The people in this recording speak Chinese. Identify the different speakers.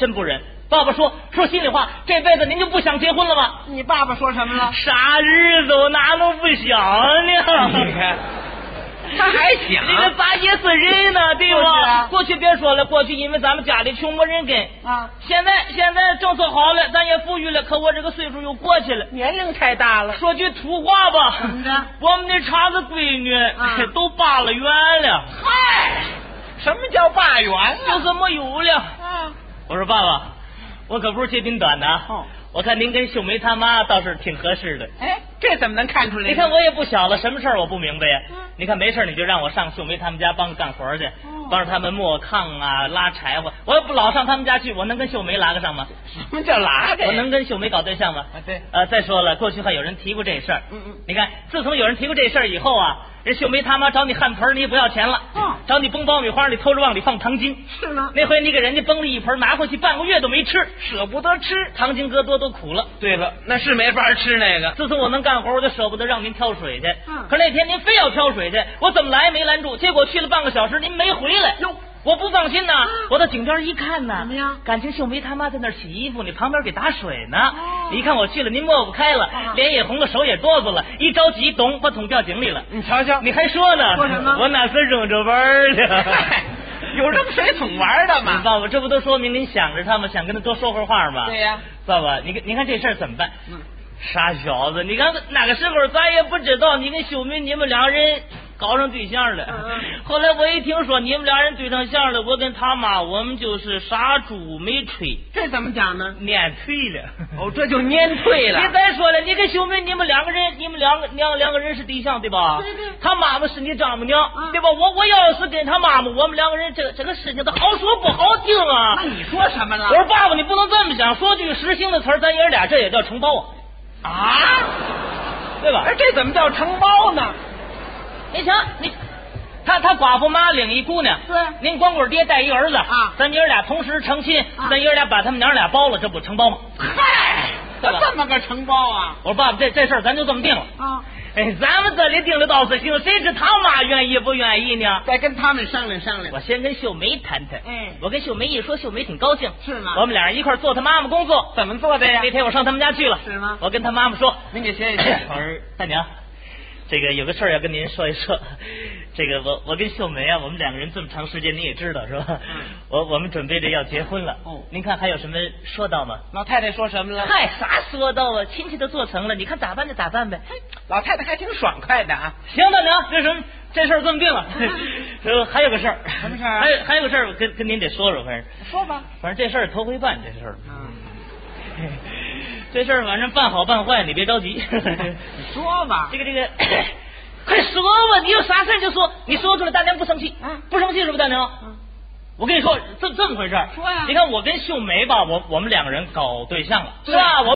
Speaker 1: 真不忍。爸爸说说心里话，这辈子您就不想结婚了吧？
Speaker 2: 你爸爸说什么 了？
Speaker 1: 啥日子我哪能不想
Speaker 2: 你
Speaker 1: 呢？ 哎
Speaker 2: 看，他还想
Speaker 1: 你这八爷是人呢，对
Speaker 2: 就是啊
Speaker 1: 吧？过去别说了，过去因为咱们家里穷没人跟，
Speaker 2: 啊，
Speaker 1: 现在现在政策好了，咱也富裕了，可我这个岁数又过去了。
Speaker 2: 年龄太大了。
Speaker 1: 说句土话吧，
Speaker 2: 怎么着
Speaker 1: 我们那茬子闺女、
Speaker 2: 啊
Speaker 1: 都扒了圆了，
Speaker 2: 嗨，什么叫罢园
Speaker 1: 就
Speaker 2: 啊？
Speaker 1: 是没有了。
Speaker 2: 啊，
Speaker 1: 我说爸爸，我可不是揭您短的啊，
Speaker 2: 哦
Speaker 1: 我看您跟秀梅她妈倒是挺合适的。
Speaker 2: 哎，这怎么能看出来呢？
Speaker 1: 你看我也不小了，什么事儿我不明白呀？
Speaker 2: 嗯
Speaker 1: 你看没事儿你就让我上秀梅他们家帮着干活儿去，
Speaker 2: 哦
Speaker 1: 帮着他们磨炕啊、拉柴火。我也不老上他们家去，我能跟秀梅拉个上吗？
Speaker 2: 什么叫拉着呀？
Speaker 1: 我能跟秀梅搞对象吗？
Speaker 2: 啊，对，
Speaker 1: 呃，再说了，过去还有人提过这事儿。
Speaker 2: 嗯嗯
Speaker 1: 你看，自从有人提过这事儿以后啊，人秀梅他妈找你旱盆儿，你也不要钱了，
Speaker 2: 嗯
Speaker 1: 找你崩爆米花，你偷着往里放糖精。
Speaker 2: 是呢，
Speaker 1: 那回你给人家崩了一盆，拿回去半个月都没吃，
Speaker 2: 舍不得吃。
Speaker 1: 糖精哥多都苦了。
Speaker 2: 对了，那是没法吃那个。
Speaker 1: 自从我能干活，我就舍不得让您挑水去。
Speaker 2: 嗯
Speaker 1: 可那天您非要挑水去，我怎么来也没拦住，结果去了半个小时，您没回来。
Speaker 2: 哟
Speaker 1: 我不放心呐
Speaker 2: 啊，
Speaker 1: 我到井边一看呐，
Speaker 2: 怎么样
Speaker 1: 感情秀梅他妈在那儿洗衣服，你旁边给打水呢。
Speaker 2: 哦
Speaker 1: 你一看我去了，您抹不开了，
Speaker 2: 啊
Speaker 1: 脸也红了，手也哆嗦了，一着急，咚，把桶掉井里了。
Speaker 2: 你瞧瞧，
Speaker 1: 你还说呢？
Speaker 2: 说什么
Speaker 1: 我哪是扔着玩儿
Speaker 2: 嗨
Speaker 1: 的？
Speaker 2: 有扔水桶玩的
Speaker 1: 你
Speaker 2: 吗？
Speaker 1: 爸爸，这不都说明您想着他吗？想跟他多说会儿话吗？
Speaker 2: 对呀
Speaker 1: 爸爸，你看，你看这事儿怎么办？
Speaker 2: 啊嗯
Speaker 1: 傻小子，你看哪个时候咱也不知道，你跟秀梅你们俩人搞上对象了。
Speaker 2: 嗯嗯
Speaker 1: 后来我一听说你们俩人对上象了，我跟他妈我们就是杀猪没 吹，
Speaker 2: 这怎么讲呢？
Speaker 1: 撵退了。
Speaker 2: 哦，这就蔫 退
Speaker 1: 你再说了，你跟秀梅你们两个人，你们两个两两个人是对象对吧？
Speaker 2: 对对
Speaker 1: 他妈妈是你丈母娘、
Speaker 2: 嗯
Speaker 1: 对吧？我我要是跟他妈妈，我们两个人这这个事情，他好说不好听啊。
Speaker 2: 那你说什么
Speaker 1: 我说
Speaker 2: 了？
Speaker 1: 爸爸，你不能这么想，说句实心的词儿，咱爷儿俩这也叫承包啊，
Speaker 2: 啊，
Speaker 1: 对吧？
Speaker 2: 哎，这怎么叫承包呢？
Speaker 1: 你瞧你。他他寡妇妈领一姑娘，
Speaker 2: 对
Speaker 1: 您光棍爹带一儿子
Speaker 2: 啊
Speaker 1: 咱爷儿俩同时成亲，
Speaker 2: 啊
Speaker 1: 咱爷儿俩把他们娘俩包了，这不承包吗？
Speaker 2: 嗨，
Speaker 1: 对吧
Speaker 2: 这么个承包啊？
Speaker 1: 我说爸爸，这这事儿咱就这么定了。
Speaker 2: 啊，
Speaker 1: 哎，咱们这里定的倒是行，谁知他妈愿意不愿意呢？
Speaker 2: 再跟他们商量商量
Speaker 1: 我。先跟秀梅谈谈。
Speaker 2: 嗯
Speaker 1: 我跟秀梅一说，秀梅挺高兴。
Speaker 2: 是吗
Speaker 1: 我们俩人一块儿做她妈妈工作。
Speaker 2: 怎么做的呀
Speaker 1: 那？天我上他们家去了。
Speaker 2: 是吗
Speaker 1: 我跟她妈妈说，
Speaker 2: 您给歇一歇。
Speaker 1: 我 说大娘，这个有个事儿要跟您说一说。这个我我跟秀梅啊，我们两个人这么长时间，您也知道是吧？
Speaker 2: 嗯
Speaker 1: 我我们准备着要结婚了。
Speaker 2: 哦呃
Speaker 1: 您看还有什么说道吗？
Speaker 2: 老太太说什么了？
Speaker 1: 嗨，啥说道啊？亲戚都做成了，你看咋办就咋办呗。
Speaker 2: 老太太还挺爽快的啊。
Speaker 1: 行，大娘，这什么这事儿这么 定了。呃，还有个事儿，
Speaker 2: 什么事儿啊
Speaker 1: 还有还有个事儿，我跟跟您得说说，反正
Speaker 2: 说吧。
Speaker 1: 反正这事儿头回办，这事儿
Speaker 2: 嗯，
Speaker 1: 这事儿反正办好办坏，你别着急。
Speaker 2: 你说吧
Speaker 1: 这。个这个，快说吧，你有啥事儿就说，你说出来，大娘不生气，
Speaker 2: 嗯
Speaker 1: 不生气是不是，大娘？
Speaker 2: 嗯
Speaker 1: 我跟你说，这这么回事儿
Speaker 2: 说呀
Speaker 1: 你看我跟秀梅吧，我我们两个人搞对象了，是
Speaker 2: 对
Speaker 1: 吧？我。